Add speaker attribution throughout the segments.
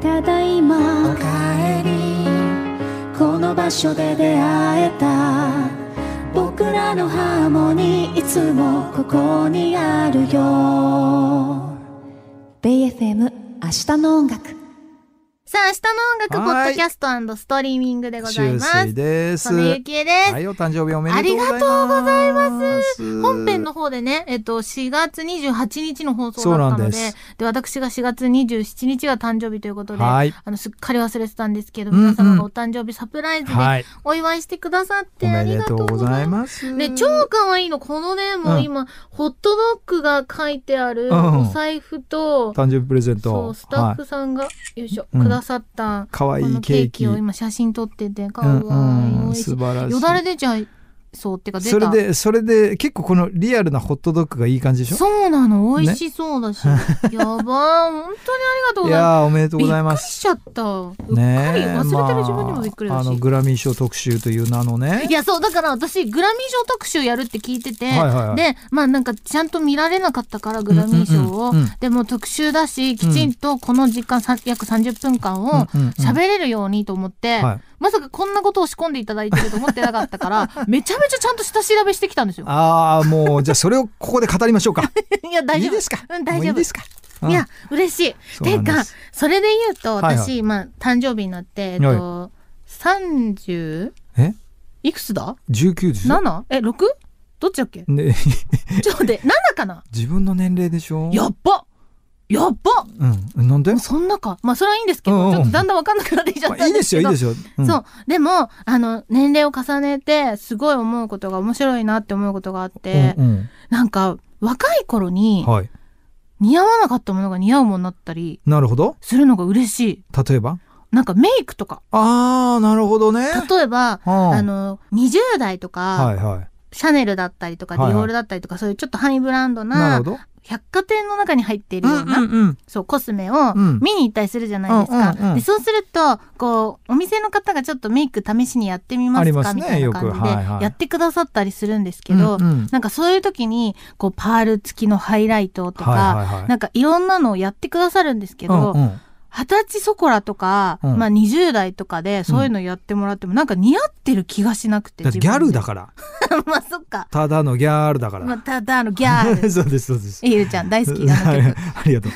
Speaker 1: ただい
Speaker 2: お
Speaker 1: ま
Speaker 2: かえりこの場所で出会えた僕らのハーモニーいつもここにあるよ
Speaker 1: BFM 明日の音楽
Speaker 3: さあ、明日の音楽、ポ
Speaker 4: は
Speaker 3: ッ
Speaker 4: い
Speaker 3: ドキャストストリーミングでござい
Speaker 4: 修
Speaker 3: ます。
Speaker 4: 正です。
Speaker 3: そのゆきえです。
Speaker 4: はい、お誕生日おめでとうございます。す
Speaker 3: 本編の方でね、えっと、4月28日の放
Speaker 4: そ
Speaker 3: 送だ
Speaker 4: うな
Speaker 3: っ
Speaker 4: ん
Speaker 3: たので、
Speaker 4: で
Speaker 3: です私が4月27日が誕生日ということで、
Speaker 4: はい
Speaker 3: あの、すっかり忘れてたんですけど、
Speaker 4: うんうん
Speaker 3: 皆様がお誕生日サプライズで
Speaker 4: はい、
Speaker 3: お祝いしてくださって
Speaker 4: お
Speaker 3: あ
Speaker 4: め
Speaker 3: り
Speaker 4: で
Speaker 3: が
Speaker 4: と
Speaker 3: とうご
Speaker 4: うご
Speaker 3: ざ
Speaker 4: ざ
Speaker 3: い
Speaker 4: い
Speaker 3: ます。
Speaker 4: ます。
Speaker 3: ね、超可愛いの、このね、もううん今、ホットドッグが書いてある
Speaker 4: うん
Speaker 3: お財布と、
Speaker 4: 誕生日プレゼン
Speaker 3: そ
Speaker 4: ト
Speaker 3: う、スタッ
Speaker 4: は
Speaker 3: フさんが、よいしょ、
Speaker 4: うん
Speaker 3: くださった、
Speaker 4: 可愛
Speaker 3: こ
Speaker 4: い
Speaker 3: の
Speaker 4: ケ
Speaker 3: ケ
Speaker 4: ー
Speaker 3: ー
Speaker 4: キ
Speaker 3: キを今写真撮ってて、か
Speaker 4: う
Speaker 3: わいい。
Speaker 4: ん
Speaker 3: 美
Speaker 4: うん、
Speaker 3: 味しい
Speaker 4: 素晴らしい。
Speaker 3: よだれ出ちゃいそうってか出た
Speaker 4: それでそれで結構このリアルなホットドッグがいい感じでしょ
Speaker 3: そうなの美味しそうだし、 やばー本当にありがとうご
Speaker 4: い
Speaker 3: ざいま
Speaker 4: やーおめで
Speaker 3: す
Speaker 4: とうございま
Speaker 3: びっくり
Speaker 4: す
Speaker 3: しちゃったうっかり、
Speaker 4: ねえ
Speaker 3: 忘れてる自分にもびっくり
Speaker 4: ま
Speaker 3: だ
Speaker 4: あ、
Speaker 3: し、
Speaker 4: あのグラミー賞特集という名のね
Speaker 3: いやそうだから私グラミー賞特集やるって聞いてて、
Speaker 4: はいはいはい
Speaker 3: でまあなんかちゃんと見られなかったからグラミー賞を、
Speaker 4: うんうんうんうん
Speaker 3: でも特集だしきちんとこの時間、さ約30分間を
Speaker 4: うんうんうん
Speaker 3: 喋れるようにと思って、
Speaker 4: はい
Speaker 3: まさかこんなことを仕込んでいただいてると思ってなかったから めちゃめちゃちゃんと下調べしてきたんですよ。
Speaker 4: ああもうじゃあそれをここで語りましょうか
Speaker 3: いや大丈夫
Speaker 4: いいですか、
Speaker 3: うん、大
Speaker 4: もう
Speaker 3: 丈
Speaker 4: いい
Speaker 3: 夫
Speaker 4: ですか
Speaker 3: いや、嬉しい。
Speaker 4: そう
Speaker 3: て
Speaker 4: なんで
Speaker 3: か
Speaker 4: す、
Speaker 3: それで言うと、
Speaker 4: はいはい
Speaker 3: 私、まあ、誕生日になって、えっと、30?
Speaker 4: うんえ
Speaker 3: いくつだ
Speaker 4: 19ですよ
Speaker 3: ?7? え、6? どっちだっけ
Speaker 4: ね
Speaker 3: ちょっと待って、7かな
Speaker 4: 自分の年齢でしょ
Speaker 3: やっばやっば
Speaker 4: うんなんで、
Speaker 3: そんなか。まあ、それはいいんですけ
Speaker 4: うん
Speaker 3: ど、
Speaker 4: うん
Speaker 3: ちょっとだんだんわかんなくなってきちゃっ
Speaker 4: まあ、
Speaker 3: た
Speaker 4: いい
Speaker 3: ん
Speaker 4: で
Speaker 3: ですすけ
Speaker 4: よいい
Speaker 3: ど
Speaker 4: で。すよ、うん
Speaker 3: そう。でも、あの、年齢を重ねて、すごい思うことが、面白いなって思うことがあって、
Speaker 4: うん
Speaker 3: なんか、若い頃
Speaker 4: う
Speaker 3: に
Speaker 4: ん、、はい
Speaker 3: 似合わなかったものが似合うものになったり
Speaker 4: なるほど
Speaker 3: するのが嬉しい。
Speaker 4: 例えば
Speaker 3: なんか、メイクとか。
Speaker 4: ああなるほどね
Speaker 3: 例えば、
Speaker 4: うん
Speaker 3: あの、20代とか、
Speaker 4: はいはい
Speaker 3: シャネルだったりとか、デ
Speaker 4: はいはい
Speaker 3: ィオールだったりとか、そういうちょっとハイブランド
Speaker 4: なる
Speaker 3: な
Speaker 4: ほ、ど
Speaker 3: 百貨店の中に入っている
Speaker 4: う
Speaker 3: よ
Speaker 4: ん
Speaker 3: う
Speaker 4: う
Speaker 3: な、
Speaker 4: んうん
Speaker 3: そう、コスメを
Speaker 4: うん
Speaker 3: 見に行ったりするじゃないですか。
Speaker 4: うんうんうん
Speaker 3: で、そうすると、こう、お店の方がちょっとメイク試しにやってみま
Speaker 4: あ
Speaker 3: す
Speaker 4: りま
Speaker 3: か
Speaker 4: すね
Speaker 3: みたいな感じ
Speaker 4: よくはいはい
Speaker 3: で、やってくださったりするんですけど
Speaker 4: うん、うん
Speaker 3: なんかそういう時に、こう、パール付きのハイライトと
Speaker 4: はい
Speaker 3: か、
Speaker 4: はいはい
Speaker 3: なんかいろんなのをやってくださるんですけ
Speaker 4: うん
Speaker 3: ど
Speaker 4: う、ん
Speaker 3: 二十歳そこらとか、
Speaker 4: うん
Speaker 3: まあ20代とかでそういうのやってもらってもなんか似合ってる気がしなくて。
Speaker 4: だってギャルだ
Speaker 3: か
Speaker 4: から
Speaker 3: ら。 まあそっか。
Speaker 4: ただのギャルだから、
Speaker 3: まあただあのギャル。
Speaker 4: そうです そうです
Speaker 3: ゆるちゃん大好き あの曲。
Speaker 4: ありがとう、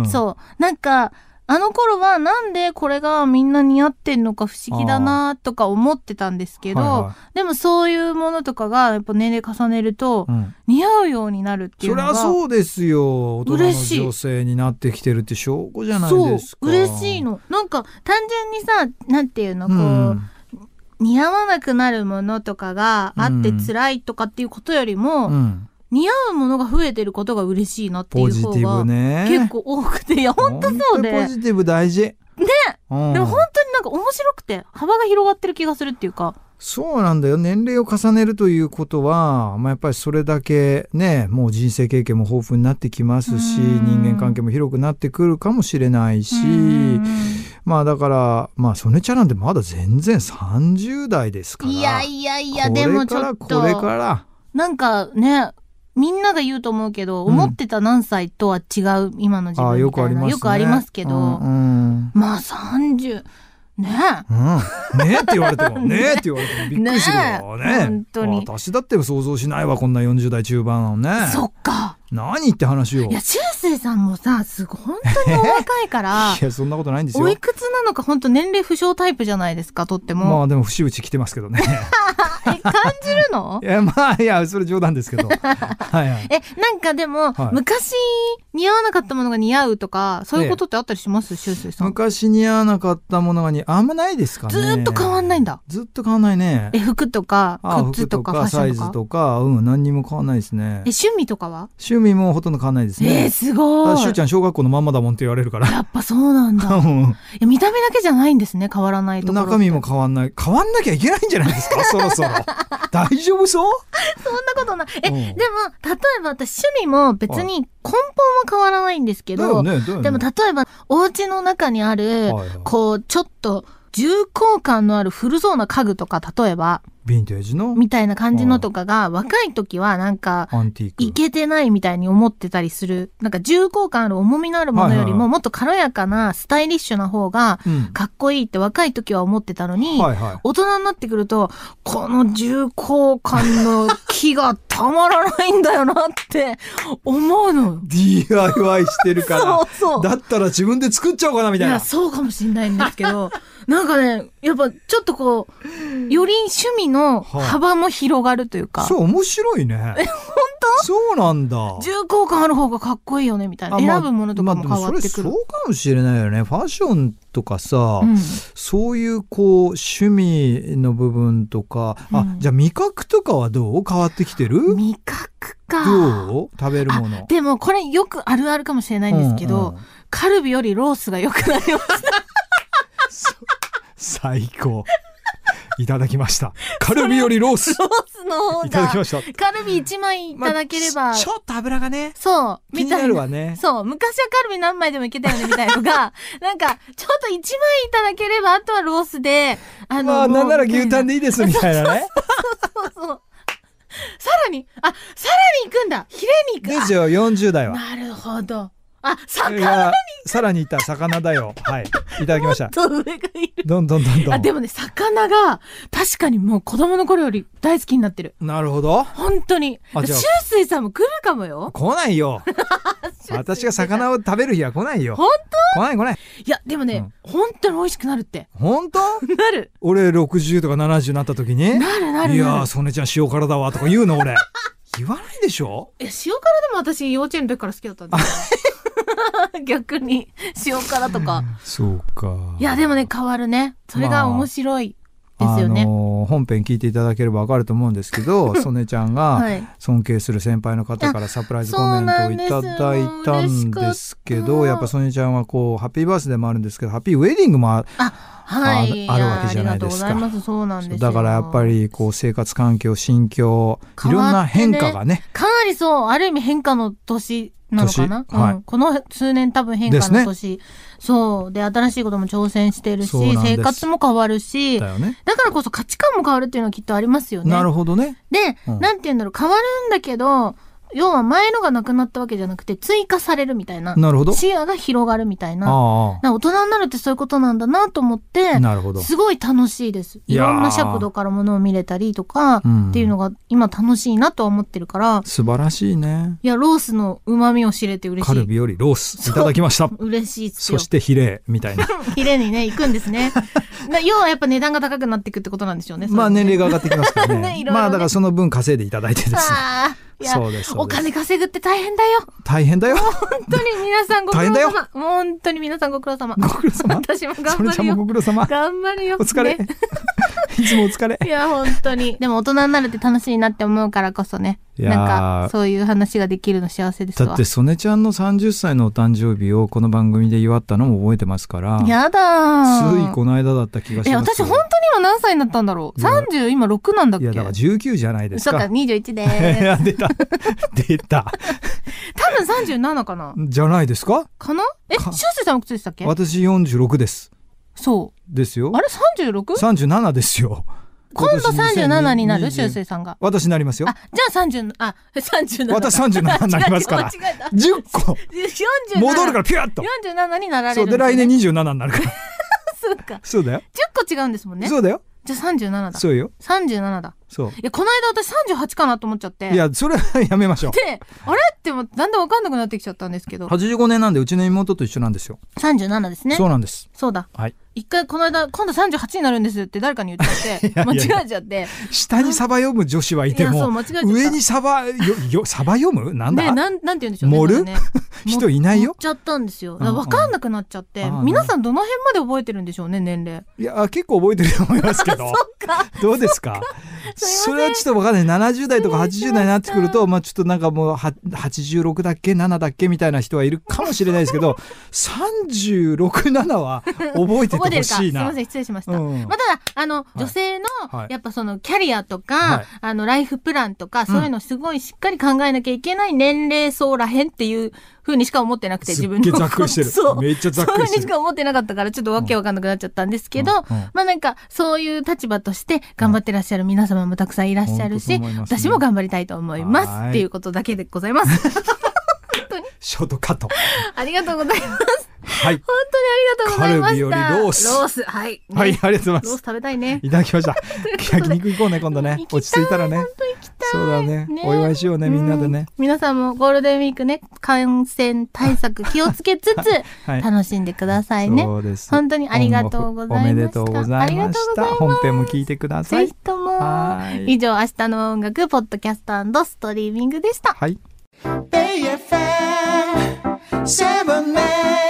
Speaker 4: うん
Speaker 3: そう。なんか、あの頃はなんでこれがみんな似合ってんのか不思議だなとか思ってたんですけど、
Speaker 4: はいは
Speaker 3: でもそういうものとかがやっぱ年齢重ねると
Speaker 4: いうん
Speaker 3: 似合うようになるってい
Speaker 4: そうり
Speaker 3: の
Speaker 4: ゃ
Speaker 3: が。
Speaker 4: そうですよ大人の
Speaker 3: 嬉しい
Speaker 4: 女性になってきてるって証拠じゃないですか
Speaker 3: そう嬉しいの。なんか単純にさ、なんていうの、こう、
Speaker 4: うん
Speaker 3: 似合わなくなるものとかがあって辛いとかっていうことよりも、
Speaker 4: うん、
Speaker 3: 似合うものが増えてることが嬉しいなってい
Speaker 4: ポ
Speaker 3: う
Speaker 4: ジテ
Speaker 3: 方
Speaker 4: ィブ
Speaker 3: が
Speaker 4: ね
Speaker 3: 結構多くて、いや本当そうで、
Speaker 4: 本当にポジティブ大事ね、うん
Speaker 3: でも本当になんか面白くて幅が広がってる気がするっていうか、
Speaker 4: そうなんだよ年齢を重ねるということは、まあ、やっぱりそれだけねもう人生経験も豊富になってきますし
Speaker 3: うん
Speaker 4: 人間関係も広くなってくるかもしれないし
Speaker 3: うん
Speaker 4: まあだからまあソネちゃんなんてまだ全然30代ですから
Speaker 3: いやいやいや
Speaker 4: こ
Speaker 3: でも
Speaker 4: れ
Speaker 3: ち
Speaker 4: か
Speaker 3: ょ
Speaker 4: ら
Speaker 3: っ
Speaker 4: これ
Speaker 3: と
Speaker 4: から
Speaker 3: なんかねみんなが言うと思うけど、
Speaker 4: うん
Speaker 3: 思ってた何歳とは違う今の自
Speaker 4: あ
Speaker 3: 分
Speaker 4: あ
Speaker 3: み
Speaker 4: よ
Speaker 3: た
Speaker 4: くあ
Speaker 3: いな
Speaker 4: りますね
Speaker 3: よくありますけど、
Speaker 4: うんうん
Speaker 3: まあ30ねえ
Speaker 4: うん、ねえって言われてもねえって言われてもびっくりするよ
Speaker 3: ね
Speaker 4: ね
Speaker 3: え本当に
Speaker 4: 私だって想像しないわこんな40代中盤なのね
Speaker 3: そっか。
Speaker 4: 何って話よ
Speaker 3: いや、しゅうせいさんもさ、すごい、本当にお若いから
Speaker 4: い、やそんなことないんですよ
Speaker 3: おいくつなのか本当年齢不詳タイプじゃないですか、とって
Speaker 4: ま
Speaker 3: も。
Speaker 4: あでも節々来てます けどね
Speaker 3: え、感じるの
Speaker 4: いやまあいやそれ冗談ですけどはいはい
Speaker 3: え、なんかでも、
Speaker 4: はい
Speaker 3: 昔似合わなかったものが似合うとか、そういうことってあったりしますしゅうせいさん。
Speaker 4: 昔似合わなかったものがにあんまないですかね
Speaker 3: ずーっと変わんないんだ。
Speaker 4: ずっと変わんないね
Speaker 3: え、服とか、
Speaker 4: ああ
Speaker 3: 靴とか、ファッシ
Speaker 4: サ
Speaker 3: ョン
Speaker 4: イ
Speaker 3: と
Speaker 4: ズ
Speaker 3: か。
Speaker 4: とかうん何にも変わんないですね
Speaker 3: え、趣味とかは
Speaker 4: 趣味もほとんど変わんないです
Speaker 3: えー、
Speaker 4: ね
Speaker 3: す
Speaker 4: た
Speaker 3: ご
Speaker 4: だ
Speaker 3: い。
Speaker 4: しゅうちゃん小学校のまんまだもんって言われる から
Speaker 3: やっぱそうなん だ。い
Speaker 4: うん
Speaker 3: や、見た目だけじゃないんですね、変わらないところって。
Speaker 4: 中身も変わんない変わんなきゃいけないんじゃない ですかそろそろ大丈夫そう
Speaker 3: そんなことない。え、
Speaker 4: うん
Speaker 3: でも、例えば私趣味も別に根本は変わらないんですけ
Speaker 4: だ
Speaker 3: ど、
Speaker 4: よねだよね
Speaker 3: でも例えば、お家の中にある、
Speaker 4: はいはい
Speaker 3: こう、ちょっと、重厚感のある古そうな家具とか、例えば、
Speaker 4: ヴィンテージの
Speaker 3: みたいな感じのとかが、若い時はなんか、
Speaker 4: アンティーク
Speaker 3: いけてないみたいに思ってたりする。なんか重厚感ある重みのあるものよ
Speaker 4: はい
Speaker 3: り
Speaker 4: はいはい
Speaker 3: も、もっと軽やかな、スタイリッシュな方が、
Speaker 4: うん
Speaker 3: かっこいいって若い時は思ってたのに、
Speaker 4: はいはい。
Speaker 3: 大人になってくると、この重厚感の気がたまらないんだよなって思うのよ
Speaker 4: DIY してるから
Speaker 3: そうそう。
Speaker 4: だったら自分で作っちゃおうかなみ
Speaker 3: い
Speaker 4: たいな
Speaker 3: や、そうかもしれないんですけど、 なんかね、やっぱちょっとこう、より趣味の幅も広がるというか、
Speaker 4: そう面白 いね本当そうなんだ
Speaker 3: 重厚感ある方がかっこいいよね、みたいな。
Speaker 4: あまあ
Speaker 3: 選ぶものとかも変わってく
Speaker 4: まあでもそれ
Speaker 3: る。
Speaker 4: そうかもしれないよねファッションとかさ、
Speaker 3: うん
Speaker 4: そういうこう趣味の部分とか、あ
Speaker 3: うん
Speaker 4: じゃあ味覚とかはどう変わってきてる
Speaker 3: 味覚か。
Speaker 4: どう食べるもの
Speaker 3: でもこれよくあるあるかもしれないんですけど、
Speaker 4: うんうん
Speaker 3: カルビよりロースが良くなります。
Speaker 4: 最高いただきましたカルビよりロース
Speaker 3: ロースの方
Speaker 4: いただき
Speaker 3: が
Speaker 4: ま、したい
Speaker 3: カルビ1枚いただければ、
Speaker 4: ちょっと油がね
Speaker 3: そう、
Speaker 4: 気
Speaker 3: み
Speaker 4: に
Speaker 3: た
Speaker 4: ないる
Speaker 3: な。
Speaker 4: わね
Speaker 3: そう、昔はカルビ何枚でもいけたよね、みたいなの が、なんか、ちょっと1枚いただければ、あとはロースで、あ
Speaker 4: まあなんなら牛タン
Speaker 3: で。
Speaker 4: でいいですみたいなね
Speaker 3: そうそう。さらに、あ、さらに行くんだヒレ肉
Speaker 4: ですよ40代
Speaker 3: あ
Speaker 4: は
Speaker 3: なるほど。あ、
Speaker 4: い
Speaker 3: 魚
Speaker 4: やさらにいった魚だよはいいただきました
Speaker 3: と上がいる。
Speaker 4: どんどんどんど
Speaker 3: あ、
Speaker 4: ん
Speaker 3: でもね、魚が、確かにもう子供の頃より大好きになってる。
Speaker 4: なるほど
Speaker 3: 本当に。シュ
Speaker 4: あ
Speaker 3: ウ
Speaker 4: じゃあ
Speaker 3: スイさんも来るかもよ。
Speaker 4: 来ないよ私が魚を食べる日は来ないよ
Speaker 3: 本
Speaker 4: 来ない来ない
Speaker 3: いや、でもね、本当に美味しくなるって。
Speaker 4: 本当
Speaker 3: なる。
Speaker 4: 俺60とか70になった時に「いや
Speaker 3: なるなるなる。
Speaker 4: ー曽根ちゃん塩辛だわ」とか言うの俺 言わないでしょ
Speaker 3: いや、塩辛でも私、幼稚園の時から好きだったんですよ。 逆に、塩辛とか。
Speaker 4: そうか
Speaker 3: いや、でもね、変わるね。それが面白いですよ
Speaker 4: あ
Speaker 3: ね。
Speaker 4: のー本編聞いていただければ分かると思うんです けど曽根ちゃんが
Speaker 3: はい。
Speaker 4: 尊敬する先輩の方からサプライズコメントをいただいた
Speaker 3: そう
Speaker 4: んですけ
Speaker 3: なんですよ嬉しかっ
Speaker 4: ど
Speaker 3: た
Speaker 4: やっぱ曽根ちゃんはこうハッピーバースデーもあるんですけどハッピーウェディングもあ
Speaker 3: はい。
Speaker 4: ああるわけじゃないですか
Speaker 3: やありがとうございます。そうなんですよ。
Speaker 4: だからやっぱ。りこう生活環境心境い
Speaker 3: 変
Speaker 4: ろん
Speaker 3: わ
Speaker 4: な
Speaker 3: ってね
Speaker 4: 変化がね
Speaker 3: かなりそう、ある意味変化の年なのかな、
Speaker 4: 年はい
Speaker 3: うんこの数年多分変化の年。そう。で、新しいことも挑戦してるし
Speaker 4: そうなんです
Speaker 3: 生活も変わるし、
Speaker 4: だよね。
Speaker 3: だからこそ価値観も変わるっていうのはきっとありますよね。
Speaker 4: なるほどね。
Speaker 3: で、
Speaker 4: うん
Speaker 3: なんて言うんだろう、変わるんだけど、要は前のがなくなったわけじゃなくて、追加されるみたいな。
Speaker 4: なるほど。
Speaker 3: 視野が広がるみたいな。
Speaker 4: あ
Speaker 3: な大人になるってそういうことなんだなと思って
Speaker 4: あ、、なるほど。
Speaker 3: すごい楽しいです。
Speaker 4: い
Speaker 3: い
Speaker 4: やー
Speaker 3: ろんな尺度からものを見れたりとか、
Speaker 4: うん
Speaker 3: っていうのが今楽しいなとは思ってるから、
Speaker 4: 素晴らしいね。
Speaker 3: いや、ロースの旨味を知れて嬉し
Speaker 4: カル
Speaker 3: い。
Speaker 4: ビよりロースいただきました。
Speaker 3: 嬉しいっす
Speaker 4: そ
Speaker 3: よ
Speaker 4: し。てヒレみたいな。
Speaker 3: ヒレにね、行くんですね。な要はやっぱ値段が高くなっていくってことなんでしょうね。それ
Speaker 4: まあ
Speaker 3: ね
Speaker 4: 年齢が上がってきますからね。
Speaker 3: ねいろいろね
Speaker 4: まあだからその分稼いでいただいてですね。
Speaker 3: あーいや
Speaker 4: そうですそうです
Speaker 3: お金稼ぐって大変だよ。
Speaker 4: 大変だよ。
Speaker 3: 本当に皆さんご苦
Speaker 4: 大変だ
Speaker 3: 労
Speaker 4: よ
Speaker 3: 様。もう本当に皆さんご苦労様。
Speaker 4: ご苦労様。
Speaker 3: 私も頑
Speaker 4: それ
Speaker 3: 張
Speaker 4: じゃ
Speaker 3: る
Speaker 4: もう
Speaker 3: よ。
Speaker 4: ご苦労様。
Speaker 3: 頑張るよ。
Speaker 4: お疲れ。い
Speaker 3: ね
Speaker 4: つもお疲れ
Speaker 3: い。や、本当に。でも大人になるって楽しいなって思うからこそね。
Speaker 4: いやー
Speaker 3: なんか、そういう話ができるの幸せです
Speaker 4: だっ
Speaker 3: わ
Speaker 4: て。曽根ちゃんの30歳のお誕生日をこの番組で祝ったのも覚えてますから。
Speaker 3: やだー。
Speaker 4: ついこの間だった気がし
Speaker 3: え、
Speaker 4: ます
Speaker 3: 私
Speaker 4: よ。
Speaker 3: 本当に今何歳になったんだろう
Speaker 4: いや
Speaker 3: ?30 今6なんだっ
Speaker 4: い
Speaker 3: け
Speaker 4: やだから19じゃないです
Speaker 3: そっか、
Speaker 4: か。
Speaker 3: 21で
Speaker 4: い
Speaker 3: ー
Speaker 4: や出た出 た
Speaker 3: す。多分37かな
Speaker 4: じゃないですか。
Speaker 3: かなえ、シュ
Speaker 4: か
Speaker 3: ウスイさんお靴でしたっけ
Speaker 4: 私46です。
Speaker 3: そ
Speaker 4: です
Speaker 3: う。
Speaker 4: よ
Speaker 3: あ。れ 36?
Speaker 4: 37ですよ。
Speaker 3: 今度37になるシュウス
Speaker 4: イ。
Speaker 3: イさんが。
Speaker 4: 私なりますよ
Speaker 3: あ。、じゃあ30、あ、37だ。
Speaker 4: 私37になりますから
Speaker 3: 違う違う間違えた。
Speaker 4: 10個
Speaker 3: 47
Speaker 4: 戻るからピュッと。
Speaker 3: 47になられ
Speaker 4: そ
Speaker 3: る
Speaker 4: うん
Speaker 3: ですね
Speaker 4: で来年27になるから。
Speaker 3: そうか
Speaker 4: そうだよ。
Speaker 3: 10個違うんですもんね
Speaker 4: そうだよ。
Speaker 3: じゃあ37だ
Speaker 4: そうよ。
Speaker 3: 37だ
Speaker 4: そ
Speaker 3: いやこの間私38かなと思っちゃって
Speaker 4: う。いやそれはやめましょう。
Speaker 3: であれってもうだんだん分かんなくなってきちゃったんですけど
Speaker 4: 85年なんでうちの妹と一緒なんですよ。
Speaker 3: 37ですね
Speaker 4: そ
Speaker 3: そうう
Speaker 4: なんです。
Speaker 3: だ
Speaker 4: はい。
Speaker 3: 一回この間今度38になるんですって誰かに言っちゃっ
Speaker 4: いや
Speaker 3: て
Speaker 4: いや
Speaker 3: 間
Speaker 4: いや
Speaker 3: 違えちゃって
Speaker 4: 下にサバ読む女子はいて
Speaker 3: いやそう
Speaker 4: も
Speaker 3: 間違えちゃった
Speaker 4: 上にサバよよサバ読むなん
Speaker 3: ね
Speaker 4: だ。
Speaker 3: なんなんて言うんでしょうね
Speaker 4: 盛る
Speaker 3: それね
Speaker 4: 人いない
Speaker 3: 盛
Speaker 4: よ
Speaker 3: っちゃったんですよ
Speaker 4: ん
Speaker 3: 分かんなくなっちゃって
Speaker 4: うん
Speaker 3: 皆さんどの辺まで覚えてるんでしょうね年齢
Speaker 4: いや結構覚えてると思いますけ ど。どうですか
Speaker 3: すいません
Speaker 4: それはちょっとわかんない70代とか80代になってくるとまあちょっとなんかもうは86だっけ7だっけみたいな人はいるかもしれないです けど367は覚えて
Speaker 3: 覚え
Speaker 4: て
Speaker 3: て
Speaker 4: ほ
Speaker 3: るかす
Speaker 4: し
Speaker 3: い
Speaker 4: いな
Speaker 3: ません失礼しました
Speaker 4: うん
Speaker 3: まあ、ただ、あの、
Speaker 4: い
Speaker 3: 女性の
Speaker 4: はい、
Speaker 3: やっぱその、キャリアとか、
Speaker 4: はい
Speaker 3: あの、ライフプランとか、そういうのすごいしっかり考えなきゃいけない年齢層らへんっていうふうにしか思ってなくて、
Speaker 4: す
Speaker 3: 自
Speaker 4: っ
Speaker 3: 分
Speaker 4: げえ
Speaker 3: の。
Speaker 4: ざっくりしてる
Speaker 3: そう。
Speaker 4: めっちゃざっ
Speaker 3: そう
Speaker 4: く
Speaker 3: いう
Speaker 4: り
Speaker 3: ふうにし
Speaker 4: し
Speaker 3: てか
Speaker 4: る
Speaker 3: 思ってなかったから、ちょっとわけわかんなくなっちゃったんですけど、
Speaker 4: うんうん
Speaker 3: まあなんか、そういう立場として頑張ってらっしゃる皆様もたくさんいらっしゃるし、
Speaker 4: 本当そう思いますね
Speaker 3: 私も頑張りたいと思います。
Speaker 4: はい
Speaker 3: っていうことだけでございます。
Speaker 4: ショートカ ット
Speaker 3: ありがとうございます。
Speaker 4: はい
Speaker 3: 本当にありがとうございました。
Speaker 4: カルビよりロース
Speaker 3: ロース、はい。ね
Speaker 4: はいありがとうござい
Speaker 3: ロ
Speaker 4: ま
Speaker 3: ース
Speaker 4: す
Speaker 3: 食べたいね。
Speaker 4: いただき ました焼肉行こうね今度ね
Speaker 3: 行きたい
Speaker 4: 落ち着いたらねそうだね
Speaker 3: ね
Speaker 4: お祝いしようねみんなでね
Speaker 3: 皆さんもゴールデンウィークね、感染対策気をつけつつ、
Speaker 4: はい
Speaker 3: 楽しんでくださいね。
Speaker 4: そうです
Speaker 3: 本当にありがとうございました
Speaker 4: おめでとうござい
Speaker 3: ありが
Speaker 4: ま
Speaker 3: とう
Speaker 4: し
Speaker 3: ござい
Speaker 4: た
Speaker 3: ます
Speaker 4: 本編も聞いてくださ
Speaker 3: ぜ
Speaker 4: い
Speaker 3: ひとも。
Speaker 4: はい
Speaker 3: 以上、明日の音楽、ポッドキャストストリーミングでした。
Speaker 4: はい
Speaker 2: BFM 7 m